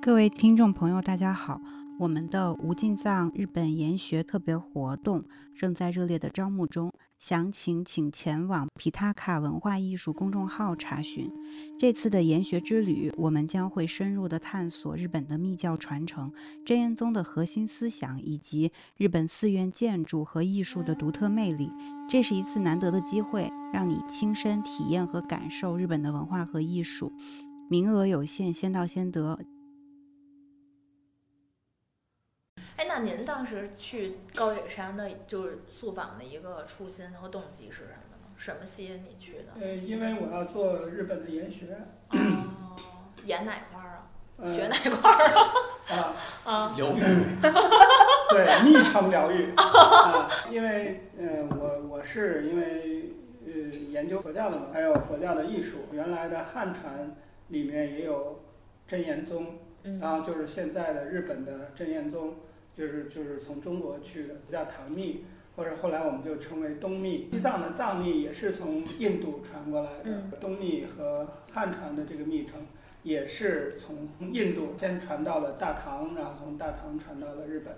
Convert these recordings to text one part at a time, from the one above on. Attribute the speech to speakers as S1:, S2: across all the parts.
S1: 各位听众朋友，大家好！我们的无尽藏日本研学特别活动正在热烈的招募中，详情请前往皮塔卡文化艺术公众号查询。这次的研学之旅，我们将会深入的探索日本的密教传承、真言宗的核心思想，以及日本寺院建筑和艺术的独特魅力。这是一次难得的机会，让你亲身体验和感受日本的文化和艺术。名额有限，先到先得。
S2: 哎，那您当时去高野山的，就是速访的一个初心和动机是什么呢？什么吸引你去的？
S3: 呃，因为我要做日本的研学
S2: 哦，演哪块儿啊？
S3: 嗯呃
S2: 学哪块儿啊？
S3: 啊，
S2: 啊，
S4: 有
S3: 对，逆场 疗愈啊，因为呃，我我是因为呃研究佛教的嘛，还有佛教的艺术，原来的汉传里面也有真言宗，然
S2: 嗯，
S3: 后就是现在的日本的真言宗，就是就是从中国去的，叫唐密。或者后来我们就称为东密，西藏的藏密也是从印度传过来的。
S2: 嗯
S3: 东密和汉传的这个密称也是从印度先传到了大唐，然后从大唐传到了日本，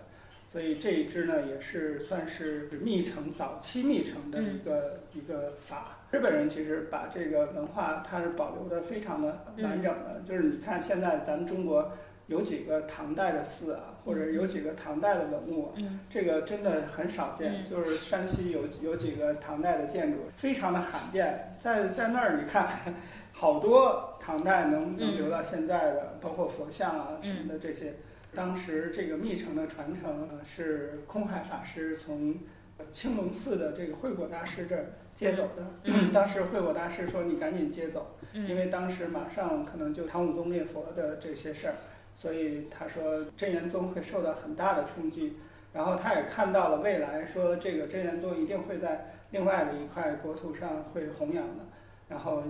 S3: 所以这一支呢也是算是密乘早期密乘
S2: 嗯
S3: 的一个、一个法。日本人其实把这个文化它是保留的非常的完整
S2: 嗯
S3: 的，就是你看现在咱们中国有几个唐代的寺啊，或者有几个唐代的文物啊，
S2: 嗯，
S3: 这个真的很少见，
S2: 嗯
S3: 就是山西有有几个唐代的建筑，非常的罕见，在在那儿你看 看，好多唐代能能留到现在的，
S2: 嗯
S3: 包括佛像啊什么的这些。当时这个密城的传承呃是空海法师从呃青龙寺的这个慧果大师这儿接走的，
S2: 嗯
S3: 当时慧果大师说你赶紧接走。
S2: 嗯
S3: 因为当时马上可能就唐武宗灭佛的这些事儿，所以他说真言宗会受到很大的冲击。然后他也看到了未来，说这个真言宗一定会在另外的一块国土上会弘扬的。然后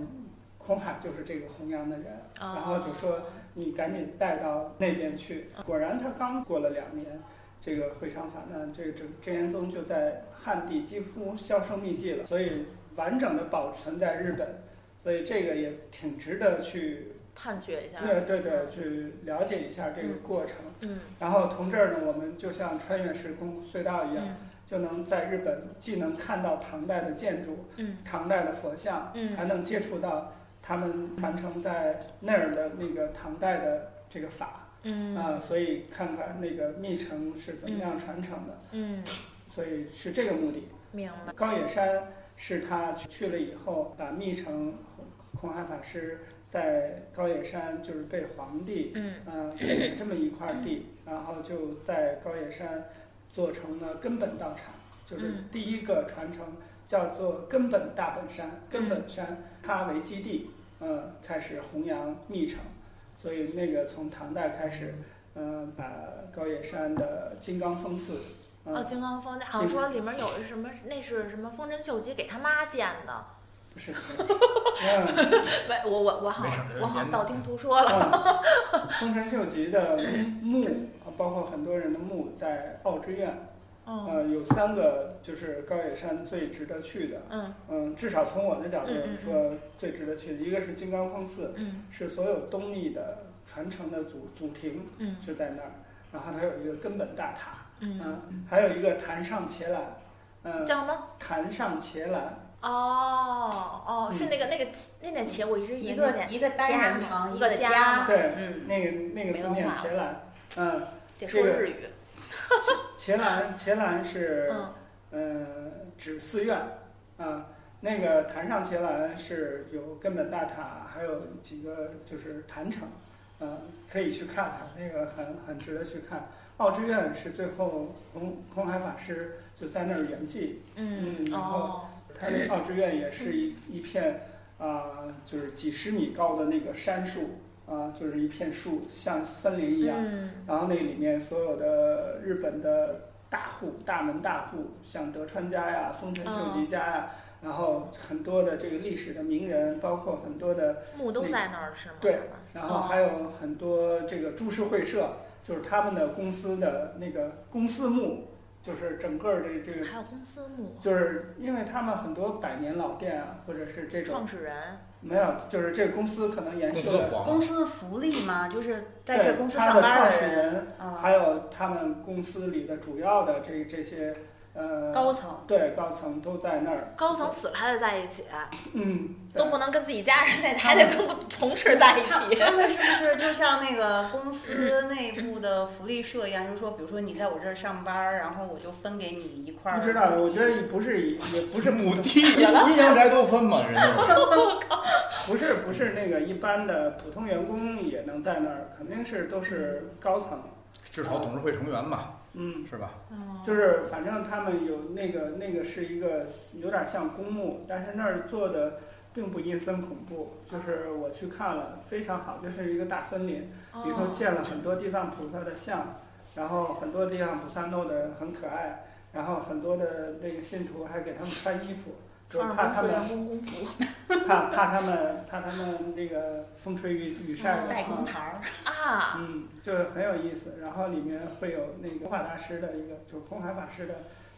S3: 空海就是这个弘扬的人，
S2: 哦
S3: 然后就说你赶紧带到那边去。果然，他刚过了两年，这个会昌法难，这个真真言宗就在汉地几乎销声匿迹了，所以完整的保存在日本，所以这个也挺值得去，
S2: 探掘一下。
S3: 对对对，去了解一下这个过程。
S2: 嗯
S3: 然后从这儿呢，我们就像穿越时空隧道一样，
S2: 嗯
S3: 就能在日本既能看到唐代的建筑、
S2: 嗯
S3: 唐代的佛像，还
S2: 嗯
S3: 能接触到他们传承在那儿的那个唐代的这个法
S2: 嗯
S3: 啊，所以看看那个密城是怎么样传承的，
S2: 嗯，
S3: 所以是这个目的。
S2: 明白。
S3: 高野山是他去了以后，把密城空海法师在高野山就是被皇帝
S2: 嗯
S3: 嗯、给了这么一块地，然后就在高野山做成了根本道场，就是
S2: 嗯
S3: 第一个传承叫做根本大本山，根
S2: 嗯
S3: 本山它为基地，嗯，开始弘扬密乘，所以那个从唐代开始，嗯，把高野山的金刚峰寺，嗯
S2: 哦，，金刚峰，好像说里面有什么，那是什么丰臣秀吉给他妈建的。
S3: 不是，嗯，
S2: 喂，我我我好
S4: 没事
S2: 像我好像
S4: 您
S2: 道听途说了。
S3: 嗯丰臣秀吉的墓，包括很多人的墓在奥之院。
S2: 嗯
S3: 呃，有三个就是高野山最值得去的，
S2: 嗯
S3: 嗯，至少从我的角度
S2: 嗯嗯嗯
S3: 说最值得去的，一个是金刚峰寺，
S2: 嗯
S3: 是所有东密的传承的祖祖庭
S2: 嗯
S3: 是在那儿，然后它有一个根本大塔，
S2: 嗯，
S3: 嗯，还有一个坛上伽蓝，嗯，
S2: 叫什么？
S3: 坛上伽蓝，
S2: 哦哦，
S3: 嗯
S2: 是那个那个那那钱，我一直以
S5: 一
S2: 为那
S5: 个
S2: 点
S5: 一个单人
S2: 家
S5: 旁，
S2: 一
S5: 一
S2: 个
S5: 个
S2: 家
S5: 家，
S3: 对
S5: 嗯，
S3: 那个那个字念伽蓝，嗯，
S2: 得说日语。
S3: 伽蓝伽蓝是
S2: 嗯
S3: 呃，指寺院啊，那个坛上伽蓝是有根本大塔，还有几个就是坛城，嗯、可以去看看，那个很很值得去看。奥之院是最后空空海法师就在那儿圆寂，嗯
S2: 嗯
S3: 然后
S2: 哦
S3: 他那奥之院也是一一片啊、就是几十米高的那个杉树啊、就是一片树，像森林一样。
S2: 嗯
S3: 然后那里面所有的日本的大户、大门大户，像德川家呀、丰臣秀吉家
S5: 嗯
S3: 呀，然后很多的这个历史的名人，包括很多的，
S5: 嗯
S2: 墓都在那儿是吗？
S3: 对，然后还有很多这个株式会社，就是他们的公司的那个公司墓，就是整个儿的这个，
S2: 还有公司墓，
S5: 嗯
S3: 就是因为他们很多百年老店啊，或者是这种
S2: 创始人
S3: 没有，就是这个公司可能延
S4: 公
S3: 续
S4: 司
S3: 了
S4: 黄
S5: 公
S4: 了，
S5: 嗯司的福利嘛，就是在
S3: 对
S5: 这公司
S3: 它
S5: 上
S3: 的
S5: 班
S3: 创
S5: 的
S3: 始
S5: 人
S3: 人，还
S5: 啊，
S3: 有他们公司里的主要的这这些呃
S5: 高 层
S3: 对高层都在那儿，
S2: 高层死了还得在一起，
S3: 嗯对
S2: 都不能跟自己家人在一起，还得跟同事在一
S5: 他
S2: 起。
S5: 他们是不是就像那个公司内部的福利社一样？就是说，比如说你在我这儿上班儿，然后我就分给你一块儿。
S3: 不知道，我觉得不是也不
S4: 不
S3: 是
S4: 是 母地，阴阳宅都分嘛，人家
S3: 不是不是那个一般的普通员工也能在那儿，肯定是都是高层，
S4: 至少董事会成员嘛，
S3: 嗯，
S4: 是吧？
S2: 哦
S3: 就是反正他们有那个那个是一个有点像公墓，但是那儿做的并不阴森恐怖，就是我去看了非常好，就是一个大森林，
S2: 哦
S3: 里头建了很多地藏菩萨的像，然后很多地藏菩萨弄得很可爱，然后很多的那个信徒还给他们穿衣服，就
S2: 穿
S3: 怕他
S2: 着
S3: 们
S2: 员工工服
S3: 怕怕他们怕他们这个风吹雨雨晒的
S5: 代
S3: 啊
S5: 工牌儿，
S2: 啊，
S3: 嗯，就是很有意思。然后里面会有那个空海大师的一个，就是空海法师的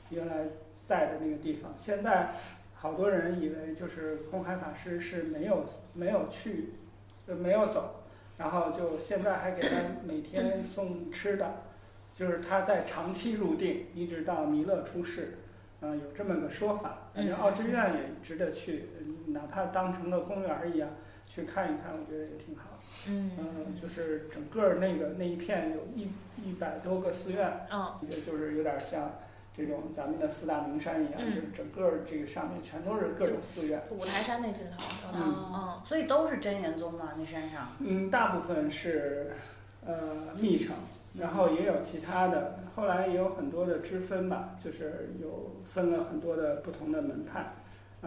S3: 原来在的那个地方。现在好多人以为就是空海法师是没有呃没有去，呃没有走，然后就现在还给他每天送吃的，就是他在长期入定，一直到弥勒出世。嗯、有这么个说法，感觉奥之院也值得去，嗯哪怕当成个公园儿一样去看一看，我觉得也挺好。嗯，
S2: 嗯
S3: 就是整个儿那个那一片有一一百多个寺院，
S2: 嗯，
S3: 也就是有点像这种咱们的四大名山一样，
S2: 嗯
S3: 就是整个儿这个上面全都是各种寺院。
S2: 五台山那尽头是吧？
S3: 嗯
S2: 嗯，
S5: 所以都是真言宗嘛，那山上。
S3: 嗯，大部分是呃密乘，然后也有其他的，后来也有很多的支分吧，就是有分了很多的不同的门派。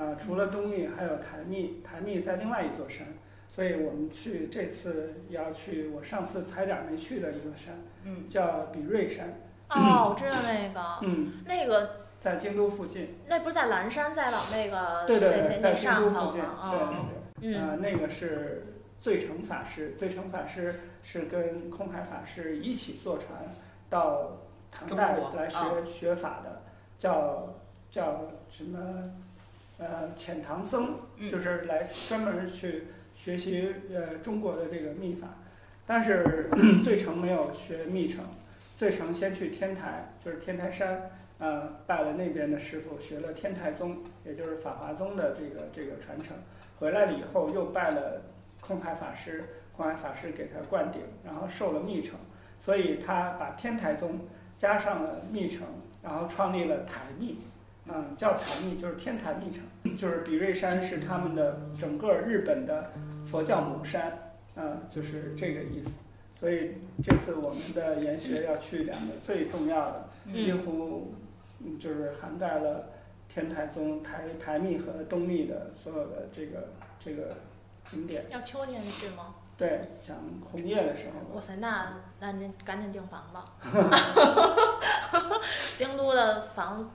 S3: 啊、除了东密，还有台密，台密在另外一座山，所以我们去这次要去我上次踩点儿没去的一个山，
S5: 嗯，
S3: 叫比瑞山，
S2: 哦，我知道那个，
S3: 嗯，
S2: 那个
S3: 在京都附近，
S2: 那不是在蓝山，再往那个
S3: 对对
S2: 呃那
S3: 对，
S2: 那
S3: 在
S2: 那
S3: 京都
S2: 上
S3: 附
S2: 头
S3: 近，
S2: 嘛，
S3: 对
S2: 嗯
S3: 对对，
S2: 嗯
S3: 呃，那个是醉成法师，醉成法师是跟空海法师一起坐船到唐代
S5: 中国
S3: 来学
S5: 啊
S3: 学法的，叫叫什么？呃，遣唐僧
S5: 嗯
S3: 就是来专门去学习呃中国的这个秘法，但是 醉成没有学密乘，醉成先去天台，就是天台山，呃，拜了那边的师傅，学了天台宗，也就是法华宗的这个这个传承。回来了以后又拜了空海法师，空海法师给他灌顶，然后受了密乘，所以他把天台宗加上了密乘，然后创立了台密。嗯，叫台密就是天台密乘，就是比瑞山是他们的整个日本的佛教母山，嗯，就是这个意思。所以这次我们的研学要去两个最重要的，几乎嗯就是涵盖了天台宗、台台密和东密的所有的这个这个景点。
S2: 要秋天去吗？
S3: 对，像红叶的时
S2: 哇
S3: 候吧，
S2: 塞，那那您赶紧订房 吧。京都的房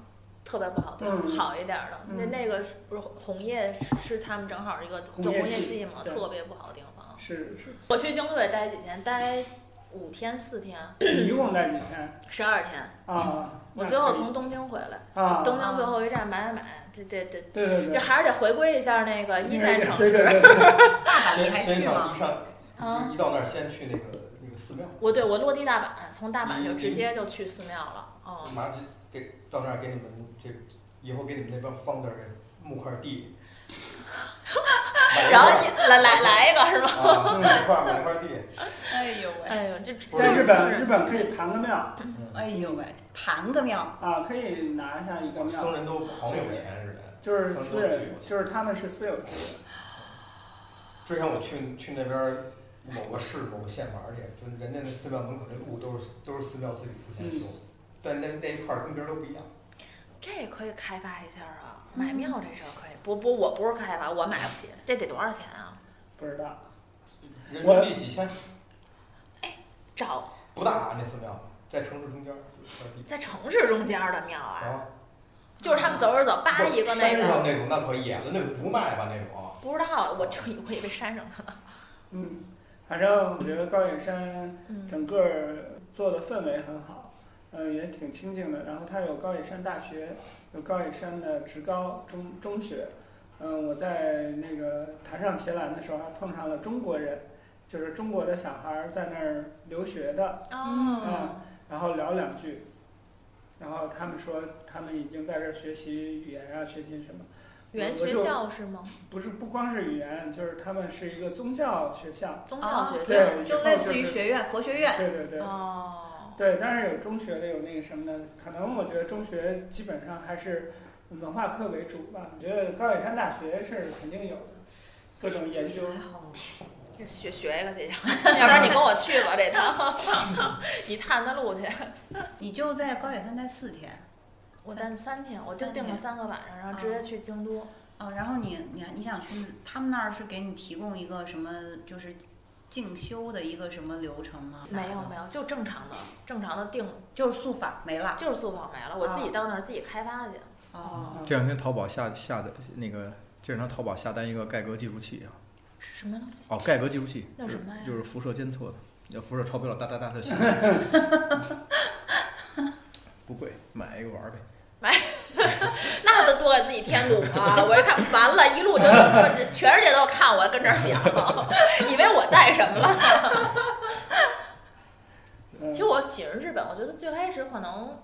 S2: 特别不好订，
S3: 嗯
S2: 好一点儿的，那
S3: 嗯
S2: 那个是不是红叶是他们正好一个
S3: 红
S2: 就
S3: 叶
S2: 红叶
S3: 季
S2: 季嘛，
S3: 对
S2: 特别不好订房。
S3: 是是，
S2: 我去京都也待几天，待五天四天，
S3: 你一共待几天
S2: 十二天。
S3: 啊？
S2: 我
S3: 那
S2: 最后
S3: 可以
S2: 从东京回来，
S3: 啊，
S2: 东京最后一站买买买，这这这。
S3: 对对
S2: 这
S3: 对，
S2: 还是得回归一下那个一线城
S3: 对对
S2: 市。
S3: 对对对，
S5: 大阪你
S4: 先
S5: 还
S4: 先
S5: 去
S4: 上
S5: 吗
S4: 一？上，
S2: 啊
S4: 就一到那儿先去那个那个寺庙，
S2: 我对我落地大阪，从大阪就
S4: 嗯
S2: 直接就去寺庙了。嗯，
S4: 马上就给到那儿给你们这以后给你们那边放点儿这木块 地， 买一
S2: 然后
S4: 块
S2: 你来来来一个是吗？
S4: 啊，买一块买一块 地，
S5: 哎呦喂，
S2: 哎呦，这这
S3: 在
S2: 就是
S3: 日本日本可以盘个庙
S4: 嗯，
S5: 哎呦喂，盘个庙，
S3: 啊，可以拿下一个
S4: 僧
S3: 庙，
S4: 人都狂有钱似的。
S3: 就是私
S4: 僧人
S3: 人
S4: 都，具有
S3: 就是他们是私有制，
S4: 之前我去去那边儿某个市某个县玩儿去，就是人家那寺庙门口那路都是都是寺庙自己出钱修，
S2: 嗯
S4: 但那那一块儿跟别人都不一样。
S2: 这可以开发一下啊，买庙这事儿可以。不不，我不是开发，我买不起，这得多少钱啊？
S3: 不知道。
S4: 人
S3: 我
S4: 民币几千
S2: 找
S4: 不大啊，那寺庙在城市中间儿有一块地，
S2: 在城市中间的庙啊，
S4: 然后
S2: 就是他们走着走扒一个那
S4: 山上
S2: 个，
S4: 那种那可野了，那种不卖吧那种。啊
S2: 不知道，啊我就以我以为山上的。
S3: 嗯，反正我觉得高野山
S2: 嗯
S3: 整个儿做的氛围很好，呃，也挺清静的。然后它有高野山大学，有高野山的职高中中学，嗯，我在那个弹上伽蓝的时候还碰上了中国人，就是中国的小孩儿在那儿留学的，
S2: 哦，
S3: 啊，然后聊两句，然后他们说他们已经在这儿学习语言啊，学习什么。
S2: 语言
S3: 我
S2: 学
S3: 就
S2: 校是吗？
S3: 不是不光是语言，就是他们是一个宗教学校，
S2: 宗
S5: 啊
S2: 教学
S3: 对
S5: 就
S2: 校。
S5: 就类似于学院、佛学院，
S3: 对对对，
S2: 哦，
S3: 对，当然有中学的，有那个什么的，可能我觉得中学基本上还是文化课为主吧。我觉得高野山大学是肯定有的，各种研究。
S2: 学学一个这 样，要不然你跟我去吧这趟， 你探探路去。
S5: 你就在高铁站待四天
S2: 我待三天，我就
S5: 三
S2: 定了
S5: 天
S2: 三个晚上，然后直接去京都。
S5: 啊，然后你你你想去他们那儿是给你提供一个什么就是进修的一个什么流程吗？
S2: 没有没有，就正常的正常的定，
S5: 就是速法没了
S2: 就是速访没了，我自己
S5: 哦
S2: 到那儿自己开发去。
S3: 啊
S5: 哦，
S6: 这两天淘宝下下载那个，这两天淘宝下单一个盖革计数器啊，
S2: 是什么？
S6: 哦，盖革计数器，
S2: 那
S6: 就是
S2: 什么呀
S6: 就是辐射监测的，要辐射超标了，哒哒哒的响。 不贵，买一个玩儿呗。
S2: 那得多给自己添堵啊！我一看完了，一路就 全世界都看我跟这儿想， 以为我带什么了。
S3: 嗯
S2: 其实我喜欢日本，我觉得最开始可能，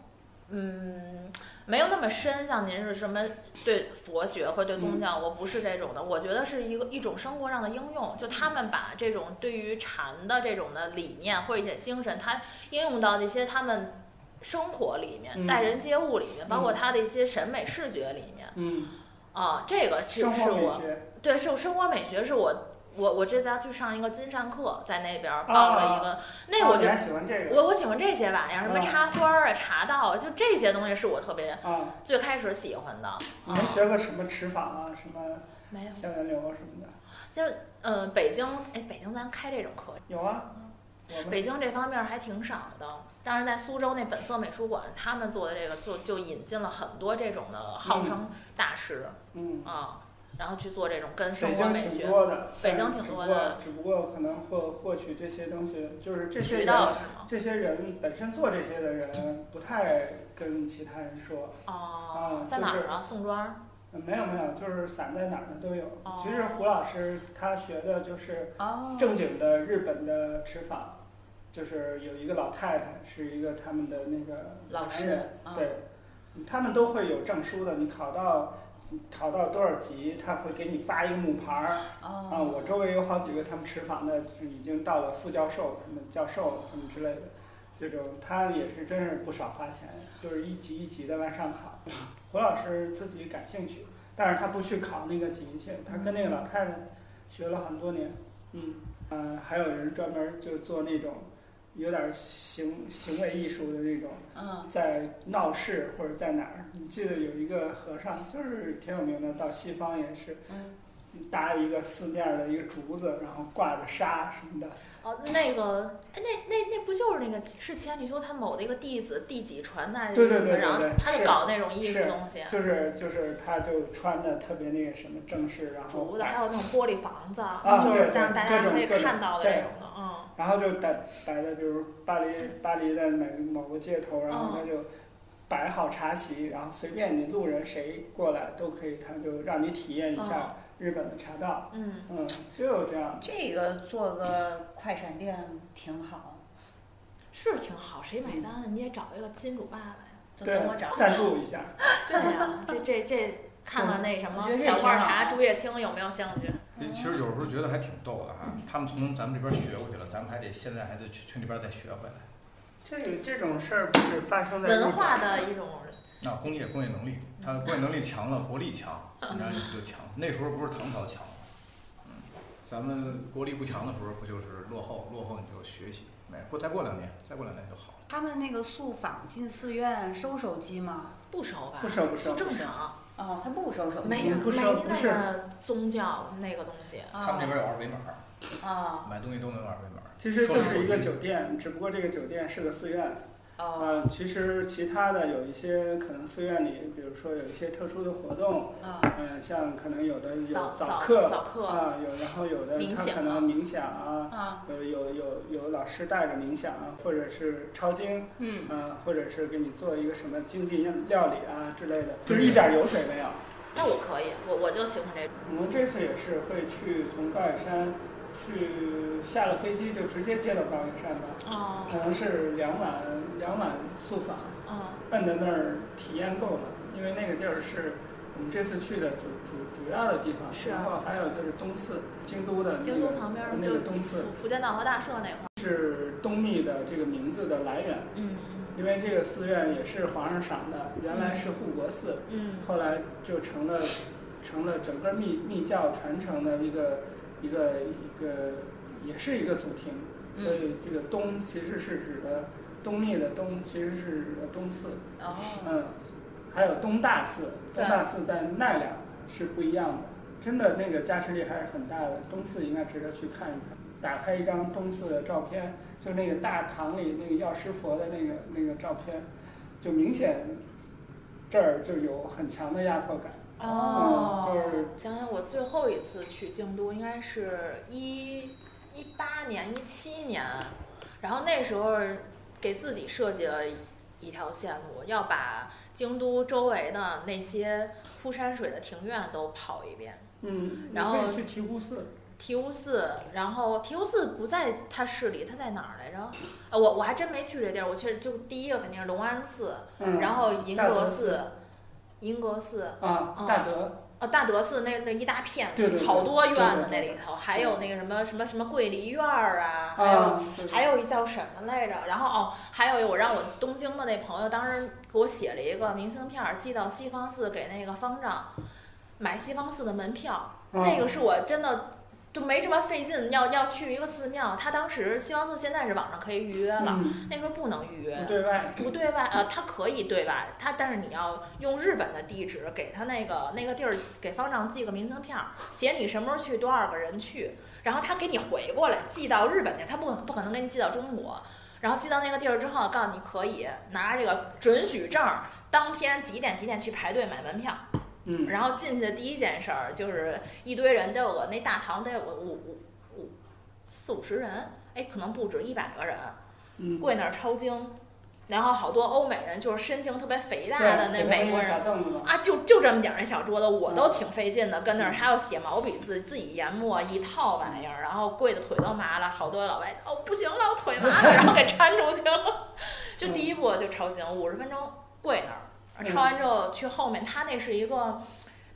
S2: 嗯，没有那么深，像您是什么对佛学或对
S3: 嗯
S2: 宗教，我不是这种的。我觉得是一个一种生活上的应用，就他们把这种对于禅的这种的理念或者一些精神，它应用到这些他们生活里面、
S3: 嗯
S2: 待人接物里面，包括
S3: 嗯
S2: 他的一些审美视觉里面。
S3: 嗯，
S2: 啊，这个其实
S3: 生
S2: 是
S3: 活美
S2: 我
S3: 学
S2: 对是我生活美学是我我我这家去上一个金善课，在那
S3: 啊
S2: 边儿报了一个，那
S3: 哦
S2: 我
S3: 你
S2: 就、
S3: 还喜欢这个
S2: 我我喜欢这些玩意儿，什么
S3: 啊
S2: 插花儿啊、茶道啊，就这些东西是我特别
S3: 啊？
S2: 最开始喜欢的。
S3: 你
S2: 啊
S3: 们学过什么持法啊，什么
S2: 没有，
S3: 校园流什么的？
S2: 就是嗯、呃北京哎，北京咱开这种课，
S3: 有啊，我们
S2: 北京这方面还挺少的。但是在苏州那本色美术馆，他们做的这个就就引进了很多这种的号称大师、
S3: 嗯，
S2: 啊，然后去做这种跟生
S3: 北
S2: 活
S3: 京
S2: 美
S3: 挺
S2: 学
S3: 多的，
S2: 北京
S3: 嗯
S2: 挺
S3: 只
S2: 多
S3: 不过
S2: 的
S3: 只不过可能获获取这些东西，就是这些
S2: 渠
S3: 人
S2: 道是吗？
S3: 这些人本身做这些的人不太跟其他人说，
S2: 哦，
S3: 啊
S2: 在
S3: 就
S2: 哪
S3: 是
S2: 儿啊？宋庄？
S3: 呃没有没有，就是散在哪儿的都有。
S2: 哦
S3: 其实胡老师他学的就是
S5: 哦，
S3: 嗯正经的日本的持法，就是有一个老太太是一个他们的那个
S5: 老
S3: 传人
S5: 师，啊
S3: 对，他们都会有证书的。你考到考到多少级，他会给你发一个木牌儿啊。
S5: 哦，
S3: 我周围有好几个他们持法的，就已经到了副教授、什么教授什么之类的。这种他也是真是不少花钱，就是一级一级的往上考。胡老师自己感兴趣，但是他不去考那个级去，他跟那个老太太学了很多年。嗯，嗯、还有人专门就做那种有点行行为艺术的那种，
S5: 嗯
S3: 在闹市或者在哪儿，你记得有一个和尚，就是挺有名的，到西方也是
S5: 嗯，
S3: 搭一个四面的一个竹子，然后挂着纱什么的。
S2: 哦，那个，哎，那那那不就是那个是千里修他某的一个弟子第几传那
S3: 对对对对
S2: 然后
S3: 对
S2: 他就是搞那种艺术
S3: 是
S2: 东西，
S3: 就是就是，他就穿的特别那个什么正式，然
S2: 竹
S3: 后
S2: 的，还有那种玻璃房子，
S3: 啊
S2: 就是
S3: 对
S2: 让大家
S3: 各种
S2: 可以
S3: 各种
S2: 看到的这
S3: 对
S2: 种的，嗯，
S3: 然后就摆摆在比如巴黎巴黎的某某个街头，然后
S5: 嗯
S3: 他就摆好茶席，然后随便你路人谁过来都可以，他就让你体验一
S2: 哦
S3: 下日本的茶道。
S2: 嗯，
S3: 嗯，就有这样。
S5: 这个做个快闪店挺好，
S2: 是挺好，谁买单啊？你也找一个金主爸爸呀，
S5: 就
S3: 对
S5: 等我找，，
S3: 赞助一下。
S2: 对呀，这这这。看看那什
S5: 我
S2: 么
S5: 觉得这
S2: 小罐
S5: 挺好
S2: 茶，竹叶青有没有兴趣？
S6: 其实有时候觉得还挺逗的哈、他们从咱们这边学过去了，咱们还得现在还得去去那边再学回来。
S3: 这个这种事儿不是发生在
S2: 文化的一种，
S6: 那、工业工业能力，它工业能力强了，国力强，然后就强。那时候不是唐朝强吗？嗯，咱们国力不强的时候，不就是落后？落后你就学习，没过再过两年，再过两年就好了。
S5: 他们那个速访进寺院收手机吗？
S2: 不熟吧？
S3: 不收不收嗯
S2: 就正常，
S5: 哦，他不收手机，哦
S2: 没有
S3: 不
S2: 没
S3: 收不
S2: 那
S3: 是
S2: 个宗教那个东西。
S6: 他们这边有二维码，
S5: 啊
S6: 买东西都能有二维码。
S3: 其实
S6: 双
S3: 就
S6: 手
S3: 是一个
S6: 机
S3: 酒店，只不过这个酒店是个寺院。
S5: 哦
S3: 呃，其实其他的有一些可能寺院里，比如说有一些特殊的活动，
S5: 啊
S3: 嗯、像可能有的有
S2: 早早
S3: 课
S2: 早课
S3: 啊，有然后有的
S2: 冥
S3: 他
S2: 想
S3: 可
S2: 啊
S3: 能冥想啊，
S5: 啊
S3: 有有有有老师带着冥想啊，或者是呃抄经，
S5: 嗯
S3: 啊，或者是给你做一个什么经济料理啊之类的，就是一点儿油水没有。
S2: 那我可以，我我就喜欢这种。
S3: 我们这次也是会去从高野山去下了飞机就直接接到高野山的，
S2: 哦
S3: 可能是两晚两晚速访，
S2: 哦
S3: 奔到那儿体验够了，因为那个地儿是我们这次去的主主主要的地方，
S2: 是啊
S3: 然后还有就是东寺，京都的、那个、
S2: 京都旁边儿
S3: 那
S2: 就
S3: 个东寺
S2: 福福建道和大社那块儿。
S3: 是东密的这个名字的来源，
S2: 嗯
S3: 因为这个寺院也是皇上赏的，原来是护国寺，
S2: 嗯
S3: 后来就成了成了整个密密教传承的一个一个一个也是一个祖庭，
S2: 嗯
S3: 所以这个东其实是指的东密的东，其实是指的东寺，
S5: 哦，
S3: 嗯，还有东大寺，
S2: 对
S3: 东大寺在奈良是不一样的，真的那个加持力还是很大的，东寺应该值得去看一看。打开一张东寺的照片，就那个大堂里那个药师佛的那个那个照片，就明显这儿就有很强的压迫感。
S2: 嗯
S3: 嗯，就是
S2: 想想我最后一次去京都应该是一一八年、一七年，然后那时候给自己设计了一条线路，要把京都周围的那些铺山水的庭院都跑一遍。
S3: 嗯，
S2: 然后
S3: 你可以去醍醐寺，
S2: 醍醐寺，然后醍醐寺不在它市里，它在哪儿来着？啊，我我还真没去这地儿，我去就第一个肯定是隆安寺，
S3: 嗯，
S2: 然后银
S3: 大
S2: 阁
S3: 德
S2: 寺，银阁寺，
S3: 啊
S2: 嗯
S3: 大德，
S2: 哦，大德寺那那一大片，
S3: 对对对
S2: 好多院子那
S3: 对对对
S2: 里头，还有那个什么什么什么桂林院儿啊，还有、
S3: 啊，
S2: 还有一叫什么来着？然后哦，还有一我让我东京的那朋友当时给我写了一个明信片儿，寄到西方寺给那个方丈买西方寺的门票，那个是我真的。就没这么费劲，要要去一个寺庙。他当时西方寺现在是网上可以预约了，
S3: 嗯，哦
S2: 那时候不能预约。
S3: 不对外，
S2: 不对外，呃，他可以对外，他但是你要用日本的地址给他那个那个地儿给方丈寄个明信片儿，写你什么时候去，多少个人去，然后他给你回过来寄到日本去，他不可不可能给你寄到中国，然后寄到那个地儿之后，告诉你可以拿着这个准许证儿，当天几点几点去排队买门票。
S3: 嗯，
S2: 然后进去的第一件事儿就是一堆人都有个那大堂得有个五五五四五十人，哎，可能不止一百个人。
S3: 嗯，
S2: 跪那儿抄经，然后好多欧美人就是身形特别肥大的那
S3: 对
S2: 美国人
S3: 给他一个小凳子嘛，
S2: 啊，就就这么点儿那小桌子，我
S3: 嗯
S2: 都挺费劲的，跟那儿还要写毛笔字，自己研墨一套玩意儿，然后跪的腿都麻了，好多老外哦不行了，我腿麻了，然后给搀出去了。 就第一步就抄经，五十分钟跪那儿，
S3: 嗯
S2: 抄完之后去后面，它那是一个。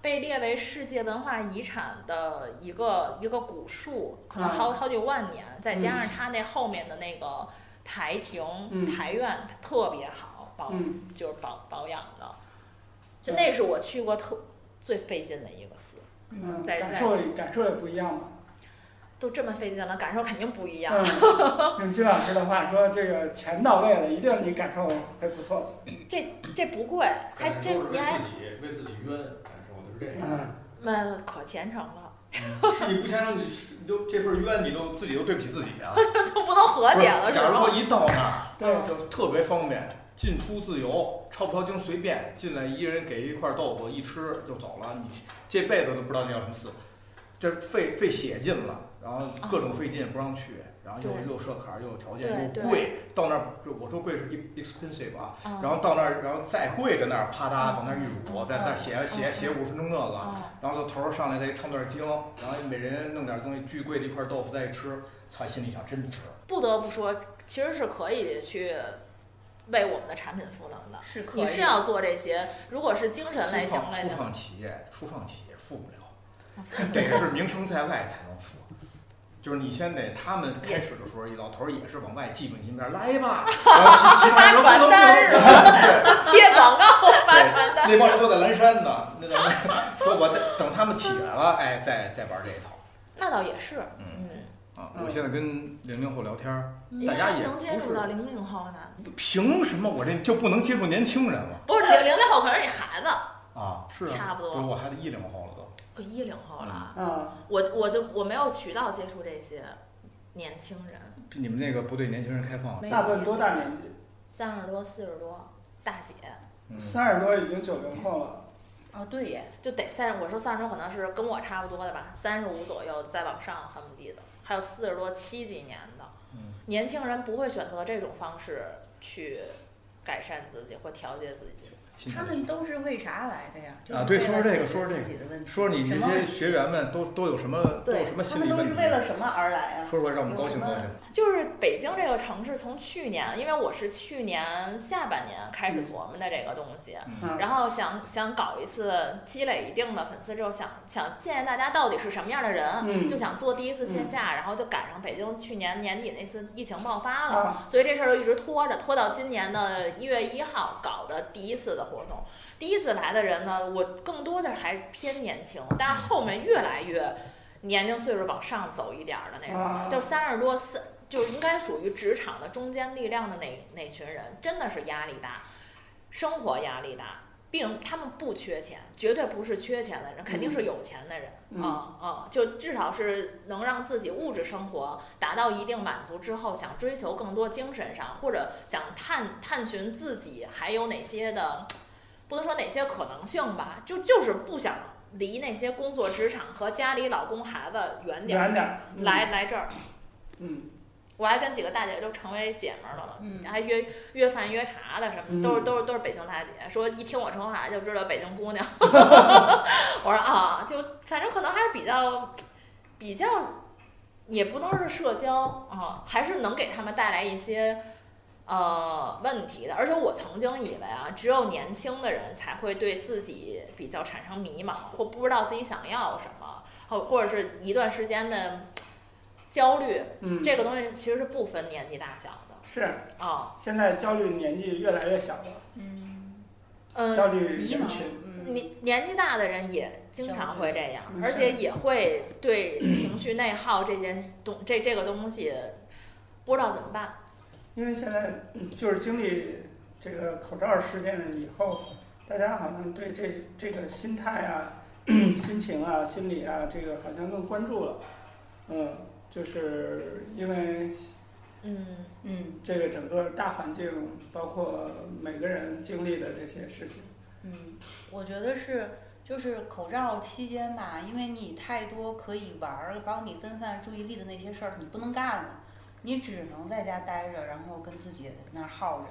S2: 被列为世界文化遗产的一个一个古树，可能
S3: 嗯
S2: 好好几万年，再加上它那后面的那个台亭、
S3: 嗯
S2: 台院特别好保，
S3: 嗯，
S2: 就是保保养的。就
S3: 对
S2: 那是我去过特最费劲的一个寺，
S3: 嗯，
S2: 在
S3: 感
S2: 在
S3: 受也感受也不一样嘛。
S2: 都这么费劲了，感受肯定不一样。
S3: 嗯， 用金老师的话说，这个钱到位了，一定你感受还不错。
S2: 这不贵，还
S6: 感受
S2: 真
S6: 是
S2: 你
S6: 为
S2: 还
S6: 自己为自己冤，感受就是这样。嗯
S3: 嗯，
S2: 嗯可虔诚了，
S6: 是你不先生，你你就这份冤，你都自己都对不起自己啊。
S2: 都不能 和解了
S6: 不是
S2: 是
S6: 假如说
S2: 吗？
S6: 一到那
S3: 对，
S2: 哦
S6: 儿，就特别方便，进出自由，抄不抄经随便，进来一人给一块豆腐，一吃就走了，你这辈子都不知道你要什么寺，这费费血劲了，然后各种费劲不让去，然后
S2: 对
S6: 又又设坎儿，又有条件，
S2: 对
S6: 又
S2: 对
S6: 贵，到那儿就我说贵是 e- expensive 啊，
S2: 嗯
S6: 然后到那儿，然后再跪着那儿，
S2: 嗯
S6: 啪嗒往那儿一杵，
S2: 嗯
S6: 在那儿写写
S2: 嗯
S6: 写五分钟那个，
S2: 哦
S6: 然后到头儿上来再唱段经，然后每人弄点东西，巨贵的一块豆腐再一吃，操，心里想真值。
S2: 不得不说，其实是可以去为我们的产品赋能的。
S5: 是可以。
S2: 你是要做这些，如果是精神类型
S6: 初创
S2: 类
S6: 初
S2: 的，
S6: 创企业，初创企业富不了， 得是名声在外才能富。就是你先得，他们开始的时候，一老头儿也是往外寄明信片，来吧，然后其其他人不
S2: 发
S6: 能
S2: 传单是
S6: 不能，
S2: 贴广告发
S6: 对
S2: 传单。
S6: 那帮人都在蓝山呢，那那那说我得等他们起来了，哎，再再玩这一套。
S2: 那倒也是，
S6: 嗯
S2: 嗯，
S6: 啊，
S3: 嗯
S6: 我现在跟零零后聊天儿，大家也
S2: 能接
S6: 不
S2: 触到
S6: 是
S2: 零零后呢？
S6: 凭什么我这就不能接触年轻人了
S2: 不是零零零后，可是你孩子，
S6: 啊？是啊，
S2: 差不多
S6: 是我还得一零后了都。
S2: 我一零后了，
S6: 嗯
S3: 啊，
S2: 我我就我没有渠道接触这些年轻人，
S6: 你们那个不对年轻人开放，
S2: 没
S3: 大笨多大年纪？
S2: 三十多、四十多，大姐
S6: 嗯
S3: 三十多已经九零后了。
S5: 哦，对耶，
S2: 就得三十。我说三十多可能是跟我差不多的吧，三十五左右再往上恨不地的，还有四十多七几年的
S6: 嗯，
S2: 年轻人不会选择这种方式去改善自己或调节自己。
S6: 新
S5: 他
S6: 传的
S5: 们
S6: 学
S5: 都是为啥来的呀？就是
S6: 啊对
S5: 为
S6: 说
S5: 了
S6: 说这
S5: 解
S6: 个
S5: 决
S6: 说说
S5: 自
S6: 这个
S5: 己的问题
S6: 说你
S5: 什
S6: 这
S5: 么
S6: 些学员们都都有什么都有
S5: 对
S6: 什么
S5: 他
S6: 心
S5: 们
S6: 理
S5: 都
S6: 问
S5: 是
S6: 题？
S5: 为了什么而来啊？
S6: 说出来让我们
S5: 有
S6: 高
S5: 什
S6: 兴高
S5: 么
S6: 兴。
S2: 就是北京这个城市，从去年，因为我是去年下半年开始
S3: 嗯
S2: 琢磨的这个东西，
S6: 嗯
S3: 嗯
S2: 然后想想搞一次积累一定的粉丝之后，想想见见大家到底是什么样的人，
S3: 嗯
S2: 就想做第一次线
S3: 嗯
S2: 下，然后就赶上北京去年年底那次疫情爆发了，
S3: 啊，
S2: 所以这事儿就一直拖着，拖到今年的一月一号搞的第一次的活动。第一次来的人呢，我更多的还是偏年轻，但是后面越来越年龄岁数往上走一点儿的那种了
S3: 啊，
S2: 就三十多四，就是应该属于职场的中坚力量的那那群人，真的是压力大，生活压力大。并他们不缺钱，绝对不是缺钱的人，肯定是有钱的人
S3: 嗯
S2: 啊啊！就至少是能让自己物质生活达到一定满足之后，想追求更多精神上，或者想探探寻自己还有哪些的，不能说哪些可能性吧，就就是不想离那些工作、职场和家里老公、孩子远点儿。
S3: 远点儿，嗯，
S2: 来来这儿，
S3: 嗯，
S2: 我还跟几个大姐都成为姐们儿了
S5: 嗯
S2: 呢，还约约饭约茶的什么
S3: 嗯
S2: 的，都是都是都是北京大姐。说一听我说话就知道北京姑娘，我说啊，就反正可能还是比较比较，也不能是社交啊，还是能给他们带来一些呃问题的。而且我曾经以为啊，只有年轻的人才会对自己比较产生迷茫，或不知道自己想要什么，或或者是一段时间的焦虑。
S3: 嗯，
S2: 这个东西其实是不分年纪大小的
S3: 是
S2: 啊、
S3: 现在焦虑年纪越来越小了，
S5: 嗯，
S2: 嗯，
S3: 焦虑
S5: 迷茫
S3: 人群，，
S5: 嗯，
S2: 年年纪大的人也经常会这样
S3: 嗯，
S2: 而且也会对情绪内耗这件东这这个东西不知道怎么办。
S3: 因为现在嗯就是经历这个口罩事件以后，大家好像对这这个心态啊、 心情啊、心理啊，这个好像更关注了，嗯，就是因为
S2: 嗯
S5: 嗯
S3: 这个整个大环境，包括每个人经历的这些事情，
S5: 嗯，我觉得是，就是口罩期间吧，因为你太多可以玩儿、帮你分散注意力的那些事儿，你不能干了，你只能在家待着，然后跟自己那儿耗着，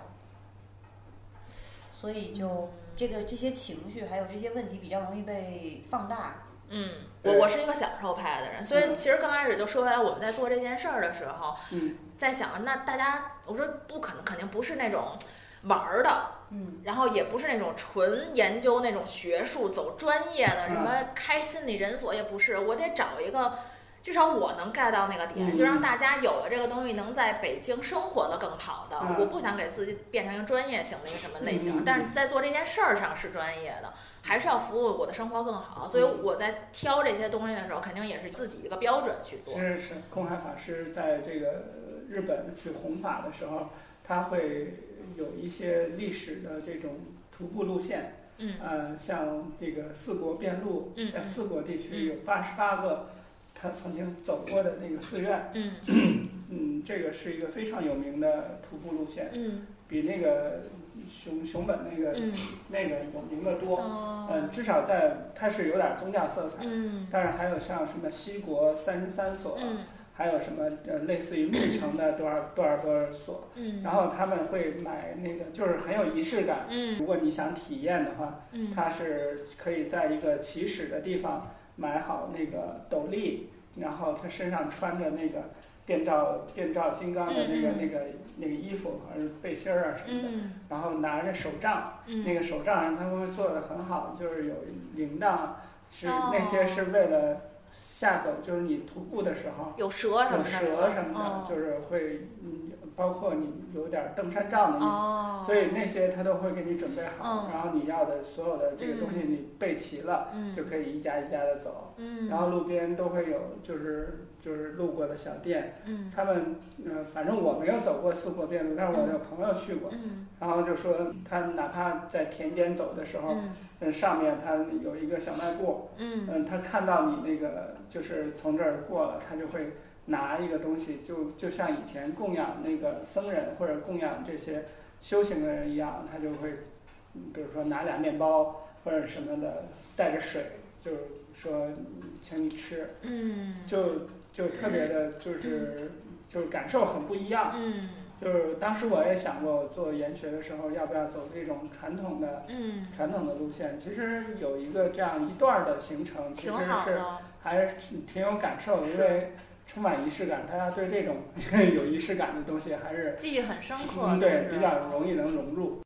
S5: 所以就这个这些情绪还有这些问题比较容易被放大。
S2: 嗯，我
S3: 对
S2: 我是一个享受派的人，所以
S3: 嗯
S2: 其实刚开始就说回来，我们在做这件事儿的时候，
S3: 嗯，
S2: 在想那大家，我说不可能，肯定不是那种玩儿的，
S5: 嗯
S2: 然后也不是那种纯研究那种学术走专业的，什
S3: 嗯
S2: 么开心理诊所也不是，我得找一个。至少我能 get 到那个点，
S3: 嗯
S2: 就让大家有了这个东西，能在北京生活的更好的。
S3: 嗯
S2: 我不想给自己变成一个专业型的一个什么类型，
S3: 嗯嗯嗯
S2: 但是在做这件事儿上是专业的，还是要服务我的生活更
S3: 嗯
S2: 好。所以我在挑这些东西的时候，肯定也是自己一个标准去做。
S3: 是是，空海法师在这个呃日本去弘法的时候，他会有一些历史的这种徒步路线，
S2: 嗯
S3: 呃，像这个四国遍路
S2: 嗯，
S3: 在
S2: 嗯
S3: 四国地
S2: 嗯
S3: 区有八十八个他曾经走过的那个寺院，
S2: 嗯
S3: 嗯，这个是一个非常有名的徒步路线，
S2: 嗯
S3: 比那个熊熊本那个
S2: 嗯
S3: 那个有名的多，嗯，
S2: 哦
S3: 至少在它是有点宗教色彩，
S2: 嗯
S3: 但是还有像什么西国三十三所。
S2: 嗯
S3: 还有什么呃类似于密城的多少多少多少所，
S2: 嗯，
S3: 然后他们会买那个就是很有仪式感。
S2: 嗯
S3: 如果你想体验的话，
S2: 嗯
S3: 它是可以在一个起始的地方买好那个斗笠，然后他身上穿着那个变照变照金刚的那个
S2: 嗯嗯
S3: 那个那个衣服还是背心儿啊什么的，
S2: 嗯
S3: 然后拿着手杖，
S2: 嗯
S3: 那个手杖他们会做的很好，就是有铃铛，是
S2: 哦
S3: 那些是为了下走，就是你徒步的时候。
S2: 有蛇什么
S3: 有
S2: 的，
S3: 蛇什
S2: 哦
S3: 么的，就是会，嗯，包括你有点登山杖的意思，
S2: 哦，
S3: 所以那些他都会给你准备
S2: 嗯
S3: 好，然后你要的所有的这个东西你备齐了，
S2: 嗯
S3: 就可以一家一家的走。
S2: 嗯，
S3: 然后路边都会有，就是就是路过的小店，
S2: 嗯
S3: 他们，嗯，反正我没有走过四国遍路，但是我有朋友去过，
S2: 嗯
S3: 然后就说他哪怕在田间走的时候，
S2: 嗯
S3: 嗯，上面他有一个小卖部，
S2: 嗯
S3: 嗯，他看到你那个就是从这儿过了，他就会拿一个东西，就就像以前供养那个僧人或者供养这些修行的人一样，他就会，嗯比如说拿俩面包或者什么的，带着水，就是说嗯请你吃，
S2: 嗯，
S3: 就就特别的，就是就是感受很不一样。
S2: 嗯
S3: 就是当时我也想过，做研学的时候要不要走这种传统的
S2: 嗯，
S3: 传统的路线。其实有一个这样一段儿的行程，其实
S2: 挺好
S3: 是
S2: 的，
S3: 还是挺有感受，因为充满仪式感。大 家对这种有仪式感的东西还是
S2: 记忆很深刻，
S3: 嗯
S2: 就
S3: 对
S2: 是
S3: 比较容易能融入。